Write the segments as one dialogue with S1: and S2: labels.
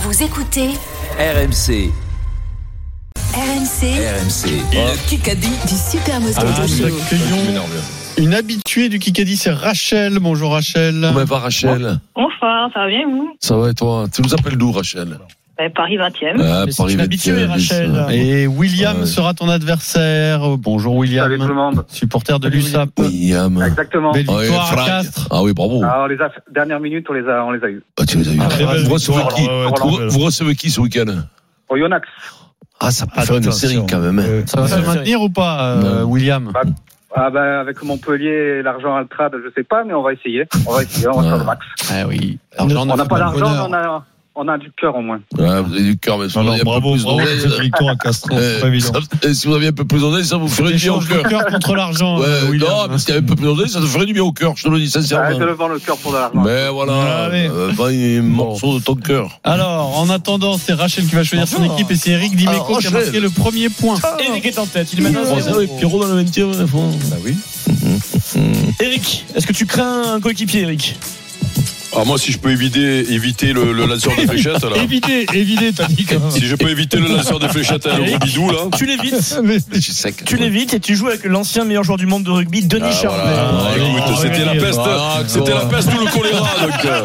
S1: Vous écoutez
S2: RMC,
S1: RMC
S2: RMC.
S1: le Kikadi du Super Moscato
S3: Ah,
S1: Show.
S3: nous accueillons une habituée du Kikadi, c'est Rachel. Bonjour Rachel.
S4: Comment va Rachel
S5: Bonsoir, ça va bien vous
S4: Ça va et toi Tu nous appelles d'où Rachel
S5: Ben, Paris 20e.
S4: Ah,
S3: Ah, Mais c'est une habituée
S4: Vitesse.
S3: Rachel. Et William
S4: Ah, ouais.
S3: sera ton adversaire. Bonjour William,
S6: Salut tout le monde.
S3: supporter de l'USAP.
S4: euh, William.
S6: Exactement.
S3: Belle
S4: Ah, oui,
S3: victoire à
S4: Franck.
S3: Castres.
S4: Ah oui, bravo.
S6: Ah, on les a, dernière minute, on les a, on les a eu.
S4: Ah, tu les as eu.
S3: Ah, très belle
S4: vous, recevez
S3: victoire,
S4: qui
S3: alors, ouais, ouais,
S4: Vous-
S3: très belle.
S4: vous recevez qui ce week-end
S6: Au Yonax.
S4: Ah, ça peut
S3: Ah,
S4: faire une
S3: attention.
S4: série quand même. hein.
S3: Ça va se maintenir ou pas, euh,
S4: Non.
S3: William
S6: Bah, Ah bah, avec Montpellier et l'argent Altrad, je sais pas, mais on va essayer. On va essayer, on va faire le max.
S3: Ah oui.
S6: On n'a pas d'argent, mais on a, on a du cœur au moins.
S4: Ah, vous avez du cœur, mais si vous
S3: Alors,
S4: aviez un peu
S3: bravo,
S4: plus
S3: bravo pour
S4: d'oreilles,
S3: cette victoire à Castres. C'est pas
S4: euh,
S3: évident.
S4: ça- euh, si vous aviez un peu plus d'oreilles, ça vous ferait du bien au
S3: Échange le
S4: cœur.
S3: cœur contre l'argent,
S4: Ouais,
S3: euh, William.
S4: non, mais si y avait un peu plus d'oreilles, ça te ferait du bien au cœur, je te le dis
S6: Ah, je
S4: sincèrement.
S6: le vends le cœur pour de l'argent.
S4: Mais voilà,
S3: Ah, oui.
S4: euh, pas un morceau de ton cœur.
S3: Alors, en attendant, c'est Rachel qui va choisir son
S4: Bonjour.
S3: équipe et c'est Eric
S4: Ah,
S3: Dimeco qui a
S4: Rachel.
S3: marqué le premier point.
S7: Eric est en tête, il est maintenant à zéro.
S4: 3-0 et Pierrot dans le 20 e Bah oui.
S7: Eric, est-ce que tu crains un coéquipier, Eric
S8: Ah, moi, si je peux éviter, éviter le, le lanceur des fléchettes, là.
S3: Évidé, évidé, t'as dit quand même.
S8: Si je peux éviter le lanceur des fléchettes à
S7: Eric.
S8: Bidou, là.
S7: Tu l'évites
S3: Mais-
S4: Je sais que-
S7: tu l'évites et tu joues avec l'ancien meilleur joueur du monde de rugby, Denis
S8: Ah,
S7: Charvet.
S8: voilà.
S3: Ah,
S8: écoute,
S3: oui, oui,
S8: c'était la
S3: oui,
S8: peste,
S4: ah,
S8: c'était
S4: bon.
S8: la peste ou le choléra, donc. euh,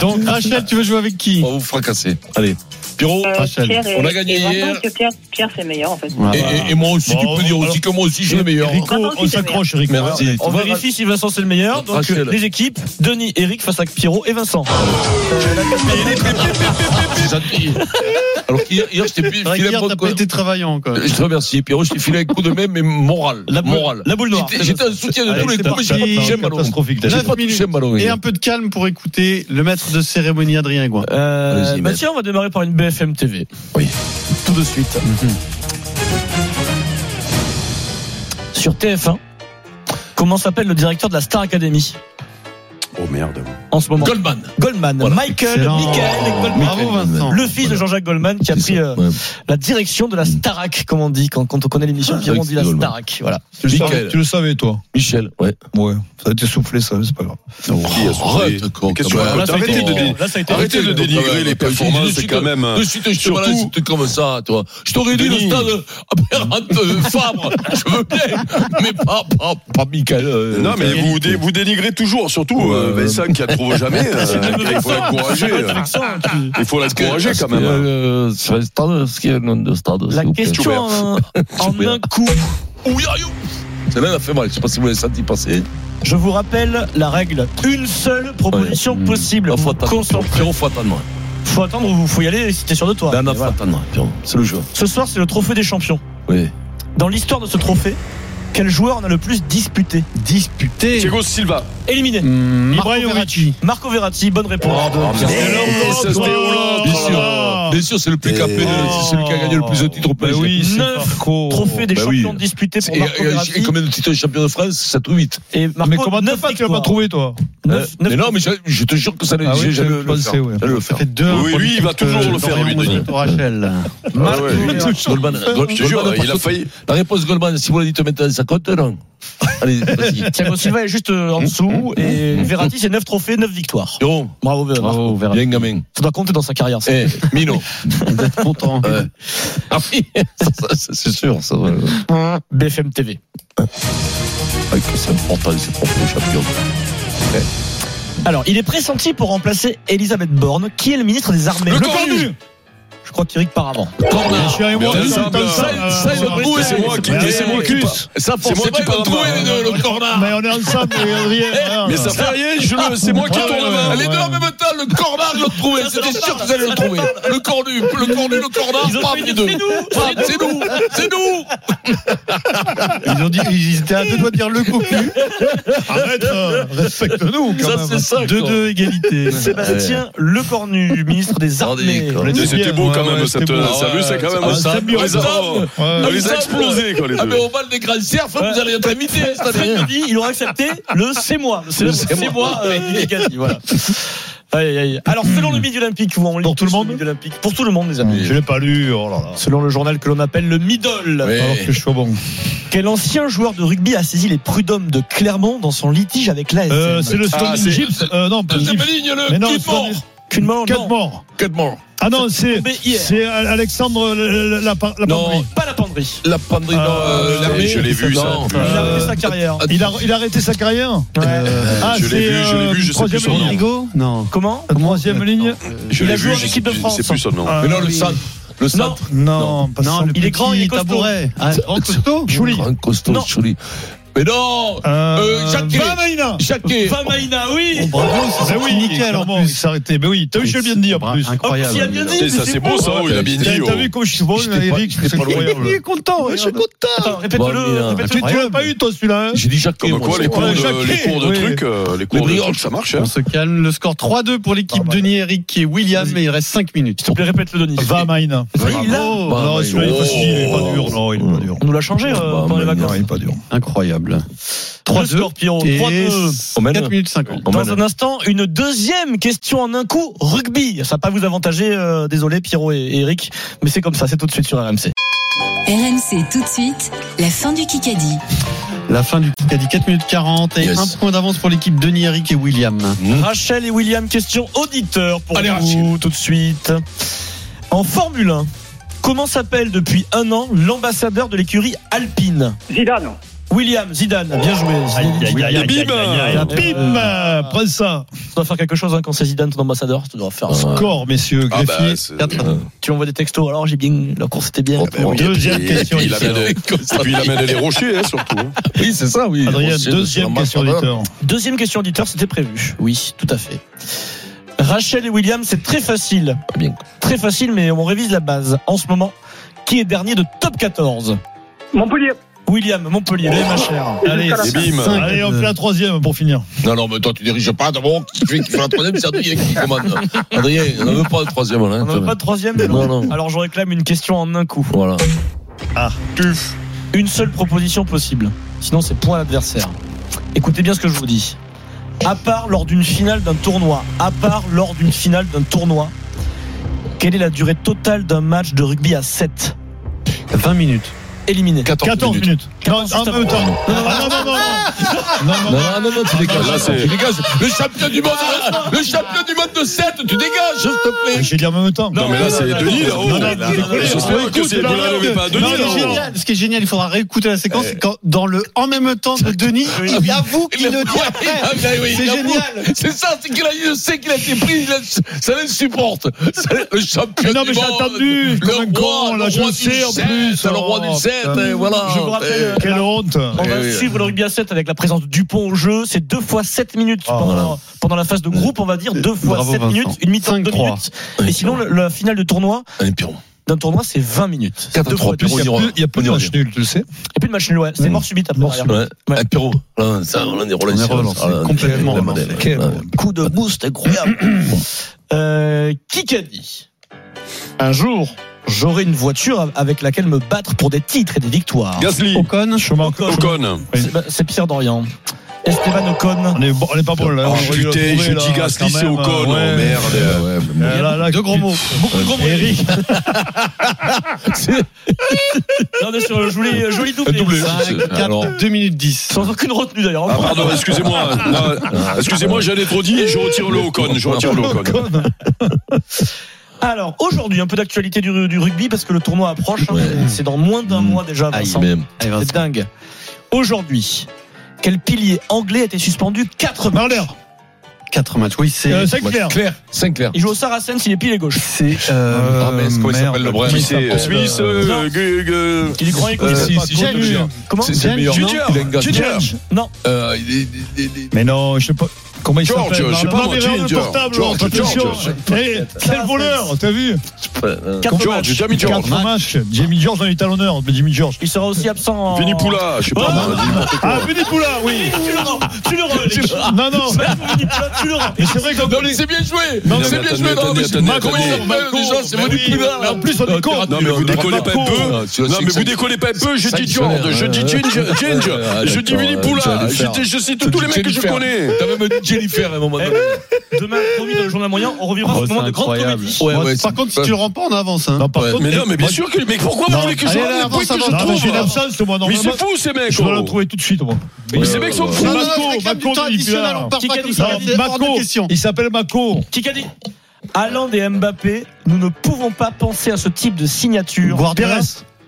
S3: Donc, Rachel, tu veux jouer avec qui
S4: On va vous fracasser. Allez. Pierrot,
S5: Euh,
S3: Rachel,
S5: Pierre est-
S4: Ah, on a gagné
S5: et maintenant
S4: hier.
S5: que Pierre, Pierre c'est meilleur en fait.
S4: et, et- et moi aussi,
S3: Bon,
S4: tu peux dire
S3: alors-
S4: aussi que moi aussi, j'ai le meilleur.
S3: Erico,
S5: Attends,
S3: on
S5: si, c'est
S3: s'accroche, Eric.
S4: Merci.
S7: On vérifie si Vincent c'est le meilleur. Donc
S4: Rachel.
S7: euh, les équipes, Denis, Eric face à Pierrot et Vincent.
S4: C'est gentil. Alors hier, hier je t'ai
S3: Eric,
S4: filé un
S3: hier,
S4: bon
S3: t'as pas
S4: coup.
S3: été travaillant, quoi.
S4: Je te remercie, Pierrot. Je t'ai filé un coup de main, mais moral.
S3: La boule-
S4: moral.
S3: la boule noire.
S4: J'étais- J'étais un soutien de
S3: Allez,
S4: tous les
S3: c'est
S4: coups, mais
S3: parti.
S4: j'ai pas touché un ballon.
S3: Catastrophique, là.
S4: J'ai
S3: Neuf
S4: pas touché un
S3: minutes.
S4: ballon.
S3: Et
S4: hier.
S3: un peu de calme pour écouter le maître de cérémonie, Adrien Gouin.
S7: Euh,
S4: Vas-y,
S7: bah
S4: mec.
S7: tiens, on va démarrer par une BFM TV.
S4: Oui. Mhm.
S7: Tout de suite. Sur TF1, comment s'appelle le directeur de la Star Academy
S8: Oh merde.
S7: en ce moment
S4: Goldman.
S7: Goldman.
S4: Voilà.
S7: Michael,
S3: Excellent.
S7: Michael Goldman.
S3: Bravo, Vincent.
S7: Le fils de Jean-Jacques Goldman qui a
S4: C'est
S7: pris
S4: ça.
S7: euh,
S4: Ouais.
S7: la direction de la Starac, comme on dit quand, quand on connaît l'émission.
S4: Ah,
S7: Pierre, on dit la
S4: Goldman.
S7: Starac. Voilà.
S4: Michel.
S3: le savais, toi.
S4: Michel, ouais.
S3: Ouais. Ça a été soufflé, ça, c'est pas grave.
S8: Qui a soufflé
S4: Arrête, con.
S8: Qu'est-ce que
S4: quand même.
S8: tu racontes Arrêtez de dé-
S7: Là, ça a été.
S8: Arrêtez de
S4: Arrêtez, quand
S8: dénigrer
S4: même.
S8: les
S4: Je
S8: performances,
S4: suis
S8: c'est quand
S4: de-
S8: même.
S4: De suite, je te
S8: Surtout-
S4: balance des trucs comme ça, toi. Je t'aurais dit le
S8: Denis.
S4: stade Aberrante euh, Fabre, je veux bien, mais pas, pas, pas Michael. euh,
S8: Non, mais
S4: Michael.
S8: vous, dé- vous dénigrez toujours, surtout euh,
S4: Ouais.
S8: Vincent qui la trouve jamais. euh, il faut l'encourager. euh, Il faut l'encourager
S4: Parce
S8: quand
S4: que,
S8: même. hein.
S4: euh, C'est un stade, ce qu'il y a le nom de stade.
S7: La
S4: s'il vous plaît.
S7: question en, en un coup.
S4: Oui, aïe, ouh. Celle-là, elle a fait mal. Je sais pas si vous l'avez senti passer.
S7: Je vous rappelle la règle. Une seule proposition
S3: Ouais.
S7: possible.
S4: Là, Oh, faut attendre.
S7: Concentrez.
S4: Pierrot, faut attendre.
S7: Faut attendre ou faut y aller si t'es sûr de toi.
S4: Là,
S7: Ah, Mais
S4: non, faut
S7: voilà.
S4: attendre. Pierrot. C'est le jeu.
S7: Ce soir, c'est le trophée des champions.
S4: Oui.
S7: Dans l'histoire de ce trophée, quel joueur en a le plus disputé
S3: Disputé.
S8: Thiago Silva.
S7: Éliminé.
S3: Marco Verratti.
S7: Marco Verratti, bonne réponse.
S8: ça, c'était
S3: Oh
S4: Bien
S3: là là.
S4: sûr, bien sûr, c'est le plus capé, de-
S7: Oh.
S4: c'est celui qui a gagné le plus de titres au
S3: Ben
S4: PSG.
S3: oui, c'est
S7: Neuf
S3: Marco.
S7: Trophée des
S4: bah oui.
S7: champions disputé pour
S4: Et, euh,
S7: Marco
S4: et, et
S7: Verratti.
S4: combien de titres de champion de France 7 ou 8
S7: Et Marco,
S3: Mais comment
S7: neuf
S3: neuf fois tu l'as
S7: victoires.
S3: pas trouvé, toi
S7: Neuf- neuf
S4: Euh, Mais non, mais je, je te jure que ça
S3: Ah
S4: allait
S3: oui,
S4: j'ai- j'allais
S3: je
S4: le, le
S3: pensais,
S4: faire.
S3: ouais.
S4: J'allais le
S3: Ça
S4: faire.
S3: fait deux.
S8: Oui, lui, il va toujours le faire, lui, Denis.
S3: Rachel.
S8: Ah ouais.
S4: Goldman, Goldman,
S8: Je te jure,
S4: Goldman,
S8: il a failli.
S4: La réponse Goldman, si vous la dites maintenant, ça compte, non Allez, vas-y.
S7: Thiago Silva est juste euh, en dessous et Verratti c'est 9 trophées, 9 victoires.
S4: Jérôme,
S7: Bravo Verratti.
S3: Bravo, Verratti.
S4: bien gamin.
S7: Faudra compter dans sa carrière. ça.
S4: Eh, Mino.
S3: Vous êtes content.
S4: Ouais. Ah oui, ça, ça, ça, c'est sûr, ça va.
S7: Mmh. BFM TV.
S4: Ouais, que Ah, C'est important, c'est pour le champion.
S7: Alors, il est pressenti pour remplacer Elisabeth Borne, qui est le ministre des armées.
S8: Le cornu
S7: Je crois qu'Éric Paravent.
S3: Je suis arrivé
S8: Mais
S3: au
S8: on est
S3: bout,
S8: ensemble,
S3: comme
S8: là.
S3: ça,
S4: Ça,
S3: euh,
S4: il va trouver, c'est moi qui-
S3: Ouais,
S4: c'est moi qui
S3: ouais,
S4: parle. Ça,
S8: forcément, ils vont trouver les deux,
S4: le cornard.
S3: Mais on est ensemble, et Adrien.
S8: Mais ça fait rien, je le- c'est moi qui tourne la main.
S4: Les deux en même temps, le cornard, je l'ai trouvé.
S7: Ça, ça
S4: C'était
S7: leur
S4: sûr que
S7: parle,
S4: vous allez
S7: ça
S4: le trouver.
S7: leur
S4: Le cornu, le cornu, le cornard,
S7: Ils ont
S4: pam,
S7: fait
S4: les
S7: une-
S4: deux.
S7: c'est nous,
S4: Pam, C'est nous, c'est nous.
S3: Ils ont dit, ils étaient à deux doigts de dire le cocu. Arrête, euh, respecte-nous quand
S4: Ça,
S3: même.
S4: c'est ça, quoi.
S3: 2-2 égalité.
S7: Sébastien Lecornu, ministre des Armées.
S4: déconne.
S8: Mais C'était beau
S3: Ouais,
S8: quand même,
S3: ouais,
S8: cette.
S3: c'était beau.
S8: Ça vu, c'est quand
S4: Ah,
S8: même.
S4: ça,
S8: ça-
S4: mieux,
S8: les
S4: ça.
S8: a-
S3: Ouais.
S8: On les a explosés, quoi, les
S4: Ah, mais
S8: deux.
S4: au bal des grands cerfs, vous allez être invités cette année.
S7: Fred me dit, Euh, il aurait accepté le c'est moi. C'est le c'est moi, euh, du Bugatti, voilà. Aïe, aïe, aïe. Alors, selon le Midi Olympique, où on lit
S3: Pour tout le
S7: tous
S3: monde
S7: Midi Olympique, pour tout le monde, les amis.
S3: Je l'ai pas lu, oh là là.
S7: Selon le journal que l'on appelle le Midol,
S4: Oui.
S3: Alors que je sois bon.
S7: quel ancien joueur de rugby a saisi les prud'hommes de Clermont dans son litige avec l'ASM
S3: Euh, c'est le Stone
S4: c'est- Ah,
S3: Gips. Euh, non, pas
S4: Deuxième
S3: Gips.
S4: ligne, le
S3: Mais non,
S4: petit mort.
S3: Stone-
S7: Qu'une mort,
S3: quatre
S7: non.
S3: morts.
S4: Quatre morts.
S3: Ah non, c'est
S7: tombé hier.
S3: c'est Alexandre la, la, la- la-
S4: Non,
S7: Pas la penderie.
S4: la penderie,
S3: Ah,
S4: non, euh,
S3: oui,
S4: l'armée.
S8: je l'ai vu, ça.
S4: Non.
S7: Il a
S3: Euh,
S7: arrêté sa carrière.
S3: Il a, il a arrêté sa carrière
S7: Ouais.
S3: Ah,
S8: je l'ai
S3: c'est,
S8: vu, je l'ai
S3: euh,
S8: vu, je sais
S3: troisième
S8: plus son
S3: ligne.
S8: nom.
S2: Rigaud Non.
S7: Comment
S3: Troisième ligne
S8: Je
S7: Il a
S8: l'ai
S7: joué
S8: vu,
S7: en
S8: je sais
S7: équipe de
S8: plus-
S7: France,
S8: c'est plus son nom.
S3: Ah,
S4: Mais non, le
S3: oui.
S4: centre. Le centre.
S3: Non, pas
S2: Non,
S3: ça.
S2: le
S7: Il
S2: petit
S7: est grand, il est costaud.
S2: tabouret. Ah, en costaud
S3: Chouli.
S4: Un costaud,
S7: Non.
S4: Chouli. Mais non Euh, Jacquet.
S3: Vanaina.
S4: Jacquet
S7: Famaina, oui
S3: Oh, Bravo, c'est
S2: c'est nickel,
S3: nickel en
S2: en
S3: plus. Il s'est arrêté. Mais oui, t'as vu, je vais bien dire en plus.
S7: Oh, s'il a bien
S2: Incroyable.
S7: dit,
S8: Et
S7: mais
S8: Ça,
S7: c'est
S8: c'est beau,
S7: beau.
S8: ça, oh, il a bien
S3: T'as
S8: dit.
S3: t'as vu
S8: oh.
S3: comme je suis bon,
S4: J'étais
S3: Eric, c'est
S2: Il
S3: incroyable.
S2: est content. regarde.
S7: Attends, Répète-le,
S4: Bon,
S3: Tu
S7: répète-le.
S3: tu l'as pas eu toi celui-là hein
S4: J'ai dit Jacquet.
S8: Comme
S4: moi,
S8: quoi,
S4: c'est
S8: les cours
S4: pas-
S8: de-
S3: Jacquet,
S8: les cours de
S3: oui.
S8: trucs, euh, les
S4: Le
S8: cours de
S4: brioche.
S8: trucs, ça marche. hein.
S2: On se calme. Le score 3-2 pour l'équipe
S3: Ah, bah.
S2: Denis, Eric qui est William et il reste 5 minutes.
S7: S'il te plaît, répète-le, Denis.
S3: Va Maïna.
S7: Bravo.
S8: Bah,
S3: Non, celui-là il est facile, il est
S8: Oh.
S3: pas dur. Non, il est pas dur.
S7: On nous l'a changé euh,
S4: Bah,
S7: pendant les vacances.
S3: Non, il est pas dur.
S2: Incroyable.
S7: 3 Scorpion,
S2: Et
S7: 3-2.
S2: 4 minutes 50.
S7: Dans un instant, une deuxième question en un coup, rugby. Ça va pas vous avantager, euh, désolé Pierrot et, et Eric, mais c'est comme ça, c'est tout de suite sur RMC.
S1: RMC tout de suite, la fin du Kikadi.
S2: La fin du Kikadi, 4 minutes 40 et
S4: Yes.
S2: un point d'avance pour l'équipe Denis, Eric et William.
S7: Rachel et William, question auditeur pour
S4: Allez,
S7: vous
S4: Rachel.
S7: tout de suite. En Formule 1, comment s'appelle depuis un an l'ambassadeur de l'écurie Alpine
S6: Zidane.
S7: William Zidane, bien joué. Zidane. Euh,
S3: Bim Bim Prends ça.
S7: Tu dois faire quelque chose hein, quand c'est Zidane ton ambassadeur, tu dois faire ça.
S3: Score, messieurs,
S8: Ah, bah,
S3: greffier.
S8: c'est-
S2: Quatre.
S7: Tu envoies des textos, alors j'ai bien, la course était bien.
S4: Oh, bah, oui.
S3: Deuxième
S8: Et
S3: question.
S8: puis, il
S3: auditeur.
S8: amène les- et puis il amène les rochers, hein, surtout. hein.
S4: Oui, c'est ça, oui.
S3: Adrien,
S4: Rocher,
S3: deuxième
S4: Monsieur
S3: question
S4: Ambassadeur.
S3: auditeur.
S7: Deuxième question auditeur, c'était prévu. Oui, tout à fait. Rachel et William, c'est très facile.
S4: Très Ah, bien.
S7: Très facile, mais on révise la base. En ce moment, qui est dernier de top 14
S6: Montpellier.
S7: William, Montpellier,
S4: Oh.
S7: les ma chère.
S3: Allez,
S8: Et bim.
S3: cinq. Allez, on fait la troisième pour finir.
S4: Non, non, mais toi, tu diriges pas. D'abord, qui fait qui fait la troisième, c'est Adrien qui commande. Adrien, on n'en veut pas le troisième, là. hein,
S7: On n'en veut pas de troisième mais
S4: Non,
S7: bon.
S4: non.
S7: Alors je réclame une question en un coup.
S4: Voilà.
S7: Ah, Une seule proposition possible. Sinon, c'est point à l'adversaire. Écoutez bien ce que je vous dis. À part lors d'une finale d'un tournoi, à part lors d'une finale d'un tournoi, quelle est la durée totale d'un match de rugby à 7
S2: 20 minutes.
S7: Éliminé.
S4: 14,
S3: 14
S4: minutes.
S3: minutes. Non,
S7: Quatorze
S3: en
S7: minutes.
S3: même temps. Ah, non, non, non. Non, non, non.
S4: Non, non, non, tu dégages.
S8: Là, c'est-
S4: tu dégages. Le champion du monde, le champion du monde de 7, tu dégages, s'il te plaît.
S3: J'ai dit en même temps.
S8: Non, mais là, c'est Denis,
S3: non,
S8: là-haut.
S3: non, non, non,
S8: Mais
S3: non,
S8: j'espère que
S3: écoute,
S8: c'est- vous
S3: non,
S8: l'enlevez pas à Denis,
S3: non,
S2: Ce qui est
S8: là-haut.
S2: génial, ce qui est génial, il faudra réécouter la séquence, c'est quand dans le en même temps de Denis, il avoue qu'il le dit
S4: Ouais, ah,
S2: après.
S4: ben oui,
S2: C'est
S4: il avoue.
S2: génial.
S4: C'est ça, c'est qu'il a, je sais qu'il a été pris, il a- ça le supporte. C'est Le champion
S3: Mais non, mais
S4: du
S3: j'ai
S4: monde.
S3: attendu,
S4: Le
S3: comme un con,
S4: roi,
S3: là, je
S4: le roi
S3: le sais, en
S4: du 7,
S3: plus.
S4: le roi
S3: Oh,
S4: du 7,
S3: putain.
S4: et voilà.
S7: Je vous rappelle,
S4: Et-
S7: euh,
S3: Quelle honte.
S7: On
S4: Eh
S7: va
S4: oui.
S7: suivre le rugby à 7 avec la présence de Dupont au jeu. C'est deux fois 7 minutes
S3: Ah,
S7: pendant,
S3: voilà.
S7: pendant la phase de groupe, on va dire. Deux fois
S2: Bravo,
S7: 7
S2: Vincent.
S7: minutes, une mi-temps de 2
S2: 5-3.
S7: minutes. Et sinon, le- la finale de tournoi,
S4: Allez, Pierrot.
S7: d'un tournoi, c'est 20 minutes.
S4: Quatre,
S7: Deux
S4: trois,
S7: fois
S4: Pierrot,
S7: deux.
S4: on y revient.
S3: Il y a plus de
S4: On y
S3: match nul, tu le sais.
S7: Et puis le match nul, ouais. C'est
S3: Mm.
S7: mort subite après.
S3: Mort
S7: derrière.
S4: Ouais. Ah, Pierrot, là, ça, on a des
S2: On est
S4: relations.
S2: relancé,
S4: Ah, là,
S2: complètement
S4: des- des-
S2: relancé.
S4: des- des-
S2: Quel-
S4: ouais.
S7: Coup de boost incroyable. euh, qui qu'a dit Un jour, j'aurai une voiture avec laquelle me battre pour des titres et des victoires.
S8: Gasly,
S2: Ocon,
S7: Ocon.
S8: Ocon.
S7: C'est- bah, C'est Pierre Dorian. Esteban Ocon.
S3: On est, bon- on est pas bon là.
S8: Oh,
S3: On aurait dû le
S8: putain,
S3: trouver,
S8: je
S3: là,
S8: dis Gasly,
S3: quand
S8: c'est
S3: même.
S8: Ocon. Oh,
S3: Ouais.
S8: merde.
S4: Ouais, mais-
S3: Ah, là, là,
S2: Deux gros mots.
S7: Beaucoup de gros mots.
S3: Eric,
S7: Non, on est sur le joli, euh, joli doublé.
S4: Doublé.
S2: Cinq,
S4: Alors.
S2: quatre, 2 minutes 10.
S7: Sans aucune retenue d'ailleurs.
S8: Ah, pardon, excusez-moi. Là, Excusez-moi, j'allais trop dit et je retire le Ocon. Je retire le Ocon.
S7: Alors, aujourd'hui, un peu d'actualité du, du rugby parce que le tournoi approche. hein.
S4: Ouais.
S7: C'est dans moins d'un
S4: Mmh.
S7: mois déjà,
S2: Aïe,
S7: Vincent.
S4: Mais-
S2: Allez, Vincent.
S7: C'est dingue. Aujourd'hui, quel pilier anglais a été suspendu 4 matchs
S3: Marler,
S2: 4 matchs. Oui, c'est.
S3: euh, Sinclair.
S4: Claire, Sinclair.
S7: Il joue au Saracens, il est pilier gauche.
S2: C'est. euh,
S4: Ah, mais comment il s'appelle le bras
S8: Qui c'est euh, Smith,
S7: Non.
S8: euh, Gu- Gu-
S7: Il est grand et
S4: Euh,
S7: connu.
S4: si, si,
S3: pas connu.
S4: Judge.
S7: Comment
S4: C'est c'est
S2: Judge,
S4: le meilleur.
S8: Judge.
S4: Il a une gagne.
S8: Judge.
S7: Non,
S4: Euh, il est- il est- il est-
S3: Mais non, je sais pas.
S7: Comment il
S8: George,
S7: s'appelle
S8: je sais pas
S7: Bernard
S8: moi,
S7: Bernard
S8: Ginger.
S3: portable,
S8: George, George.
S3: Eh, quel voleur, t'as vu
S7: Quatre
S8: George,
S7: matchs.
S8: Jamie George.
S3: Quatre matchs. Jimmy George, on est à l'honneur. Mais Jimmy George.
S7: Il sera aussi absent en.
S8: Vinny Poula, je sais pas.
S3: Ah,
S8: moi, n'importe quoi.
S3: Ah, Vinny Poula, oui.
S7: Tu le rends, tu le rends, les gars.
S3: Non, non.
S7: Tu le rends.
S3: Mais c'est vrai qu'on
S4: Non, mais c'est bien joué.
S3: Non,
S4: c'est
S8: mais
S4: bien
S8: attendez,
S4: joué. Non,
S8: attendez,
S4: mais c'est-
S8: attendez,
S4: comment il
S8: attendez.
S4: s'appelle déjà C'est
S3: Mais
S4: venu
S3: oui,
S4: plus là.
S3: mais en plus, on est cons.
S8: Non, mais vous décollez pas un
S4: Ah,
S3: Eh,
S4: tu
S8: peu.
S4: vois,
S8: Non,
S4: c'est
S8: mais
S4: que ça-
S8: vous décollez pas un peu. Je dis
S4: Sanctionnaire.
S8: George, je dis Ginger, Ginger,
S4: Ah,
S8: je dis
S4: d'accord, euh, tu
S8: Vinny
S4: vas
S8: Poula.
S4: le
S8: Je
S4: faire.
S8: dis- je cite tous les mecs que je
S4: Jennifer.
S8: connais.
S4: T'as même dit Jennifer à un moment donné.
S7: Demain, promis dans le journal moyen, on revivra ce moment de grande comédie.
S4: Ouais, ouais,
S3: Par
S4: c'est-
S3: contre, si tu le rends pas, on avance. hein.
S2: Non, par
S4: Ouais.
S2: contre,
S8: Mais non, mais bien sûr que. Mais pourquoi vous voulez que je
S3: Allez, là,
S8: rende les
S3: avance,
S8: points que
S3: avance.
S8: je
S3: Non, mais j'ai une
S8: trouve
S3: absence, moi,
S8: Mais c'est
S3: normalement.
S8: fou, ces mecs.
S3: Je vais le
S8: oh.
S3: retrouver tout de suite, moi.
S8: Mais ces mecs sont fous.
S3: Non, non,
S8: Marco,
S3: je réclame du Marco, temps il est plus là, additionnel, alors. on part pas
S7: Kikadi,
S3: comme ça.
S7: Kikadi.
S3: Marco,
S7: Hors de
S3: il s'appelle Marco.
S7: Qui qu'a dit Haaland et Mbappé, nous ne pouvons pas penser à ce type de signature
S3: Guardiola.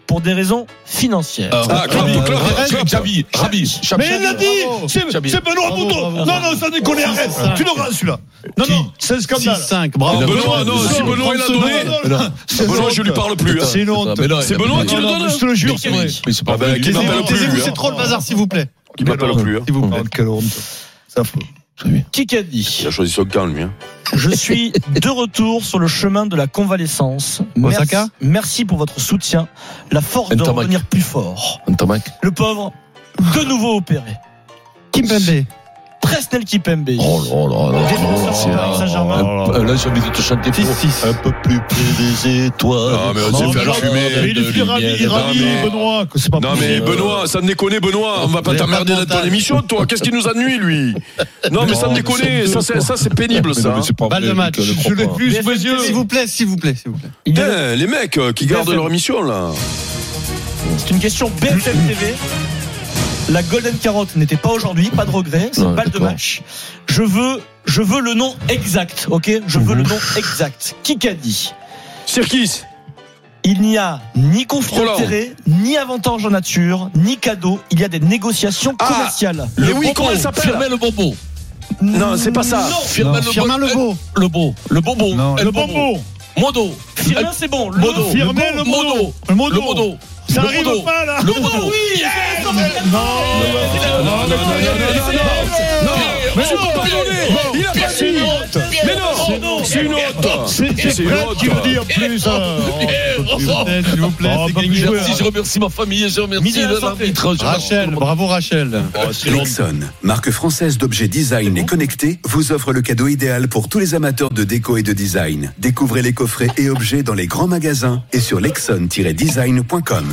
S7: pour des raisons financières.
S4: Ah, Klopp,
S3: Rabi,
S4: Klopp,
S3: Rabi,
S4: Klopp, Xavi, Rabi.
S3: Mais il l'a dit C'est
S4: Xavi.
S3: c'est Benoît
S2: Bravo,
S3: Bouton
S2: bravo,
S3: Non, non, ça déconne, arrête
S2: cinq.
S3: Tu l'auras, celui-là Non,
S2: Qui
S3: non, c'est un scandale
S2: 6-5, bravo.
S8: Ah, Benoît, non, si Benoît il a donné.
S3: Non, non, non, c'est une
S8: Benoît,
S3: honte.
S8: je lui parle plus. hein.
S3: C'est une honte
S4: mais non, il
S8: C'est
S4: a-
S8: Benoît
S4: mais-
S8: qui
S3: Non,
S8: le
S3: non,
S8: donne hein.
S3: mais Je te le jure, c'est vrai.
S4: Mais c'est pas
S8: bah,
S4: vrai.
S8: qui
S4: Il
S8: m'appelle
S4: m'appelle
S8: plus,
S4: plus,
S3: Taisez-vous,
S8: hein.
S3: c'est trop le bazar, s'il vous plaît.
S8: Il m'appelle plus. hein.
S3: S'il vous plaît. Quelle honte. Ça faut.
S7: Qui qu'a dit
S8: Il a choisi son camp, lui. hein.
S7: Je suis de retour sur le chemin de la convalescence. Merci,
S2: Osaka
S7: merci pour votre soutien. La force de
S4: Ntamak.
S7: revenir plus fort.
S4: Ntamak.
S7: Le pauvre, de nouveau opéré.
S2: Kimpembe.
S7: Presnel Kipembe.
S4: Oh là là là
S7: Défenseur
S4: là, c'est
S7: du
S4: là.
S7: Paris Saint-Germain.
S4: Un- un- Là, j'ai envie de te chanter pour
S8: Euh,
S4: un peu plus près des étoiles.
S8: Ah, mais on
S4: Non,
S8: s'est fait
S4: non,
S8: allumer.
S4: non,
S3: Mais il est plus ravi, il est
S4: non,
S3: ravi,
S8: mais-
S3: Benoît. que C'est pas
S8: Non mais
S4: euh,
S3: possible.
S8: Benoît, ça me déconne Benoît, on va pas
S2: Mais
S8: t'emmerder
S2: pas
S8: dans ton
S2: mental.
S8: émission toi, qu'est-ce qui nous ennuie lui Non mais ça me
S4: mais c'est
S8: déconne, ça c'est ça, c'est pénible
S4: Mais non,
S8: ça.
S4: mais c'est pas
S2: Balle
S4: vrai,
S2: de match.
S4: Lucas, ne
S3: Je l'ai
S4: crois pas.
S3: vu sous mes yeux.
S2: S'il vous plaît, s'il vous plaît, s'il vous plaît.
S7: Il y a-
S8: Putain, les mecs euh, qui gardent
S7: BFM.
S8: leur émission là.
S7: C'est une question BFM TV. La Golden Carotte n'était pas aujourd'hui, pas de regret, c'est
S4: Ouais,
S7: balle de
S4: d'accord.
S7: match. Je veux, je veux le nom exact, ok Je veux le nom exact. Qui qu'a dit
S8: Cirkis,
S7: Il n'y a ni conflit
S8: Roland.
S7: d'intérêt, ni avantage en nature, ni cadeau. Il y a des négociations
S8: Ah,
S7: commerciales.
S8: mais oui,
S4: Bobo,
S8: comment elle s'appelle
S4: Firmin le bobo.
S8: Non, c'est pas ça.
S7: Non,
S4: Firmin le
S2: Firmin
S4: Bo- euh,
S2: Lebeau.
S4: Le beau. Le bobo.
S3: Non,
S4: Eh,
S3: Le bonbon.
S4: Modo. Ah,
S7: Firmin, c'est bon. Le
S4: Modo.
S3: Firmin, le
S4: Modo.
S3: modo.
S4: Le modo.
S3: Ça
S4: Le
S3: arrive
S4: modo.
S3: pas là.
S4: Le modo.
S8: Non, non, non, non, non, non. Mais non, pardonnez, il a pas dit. Mais non, c'est une honte.
S3: C'est
S8: c'est
S3: c'est
S8: une
S3: Fred
S8: honte,
S3: qui
S8: là.
S3: le dit en plus. hein. Oh,
S4: Pierre, oh,
S3: peut-être, S'il vous plaît,
S4: Oh,
S3: c'est
S4: bah, hein.
S3: gagné.
S4: je remercie, je remercie ma famille Oh, et je remercie
S7: Mise à la santé.
S4: l'arbitre. Je
S2: Rachel, bravo Rachel.
S9: Rexon, marque française d'objets design et connectés, vous offre le cadeau idéal pour tous les amateurs de déco et de design. Découvrez les coffrets et objets dans les grands magasins et sur lexon-design.com.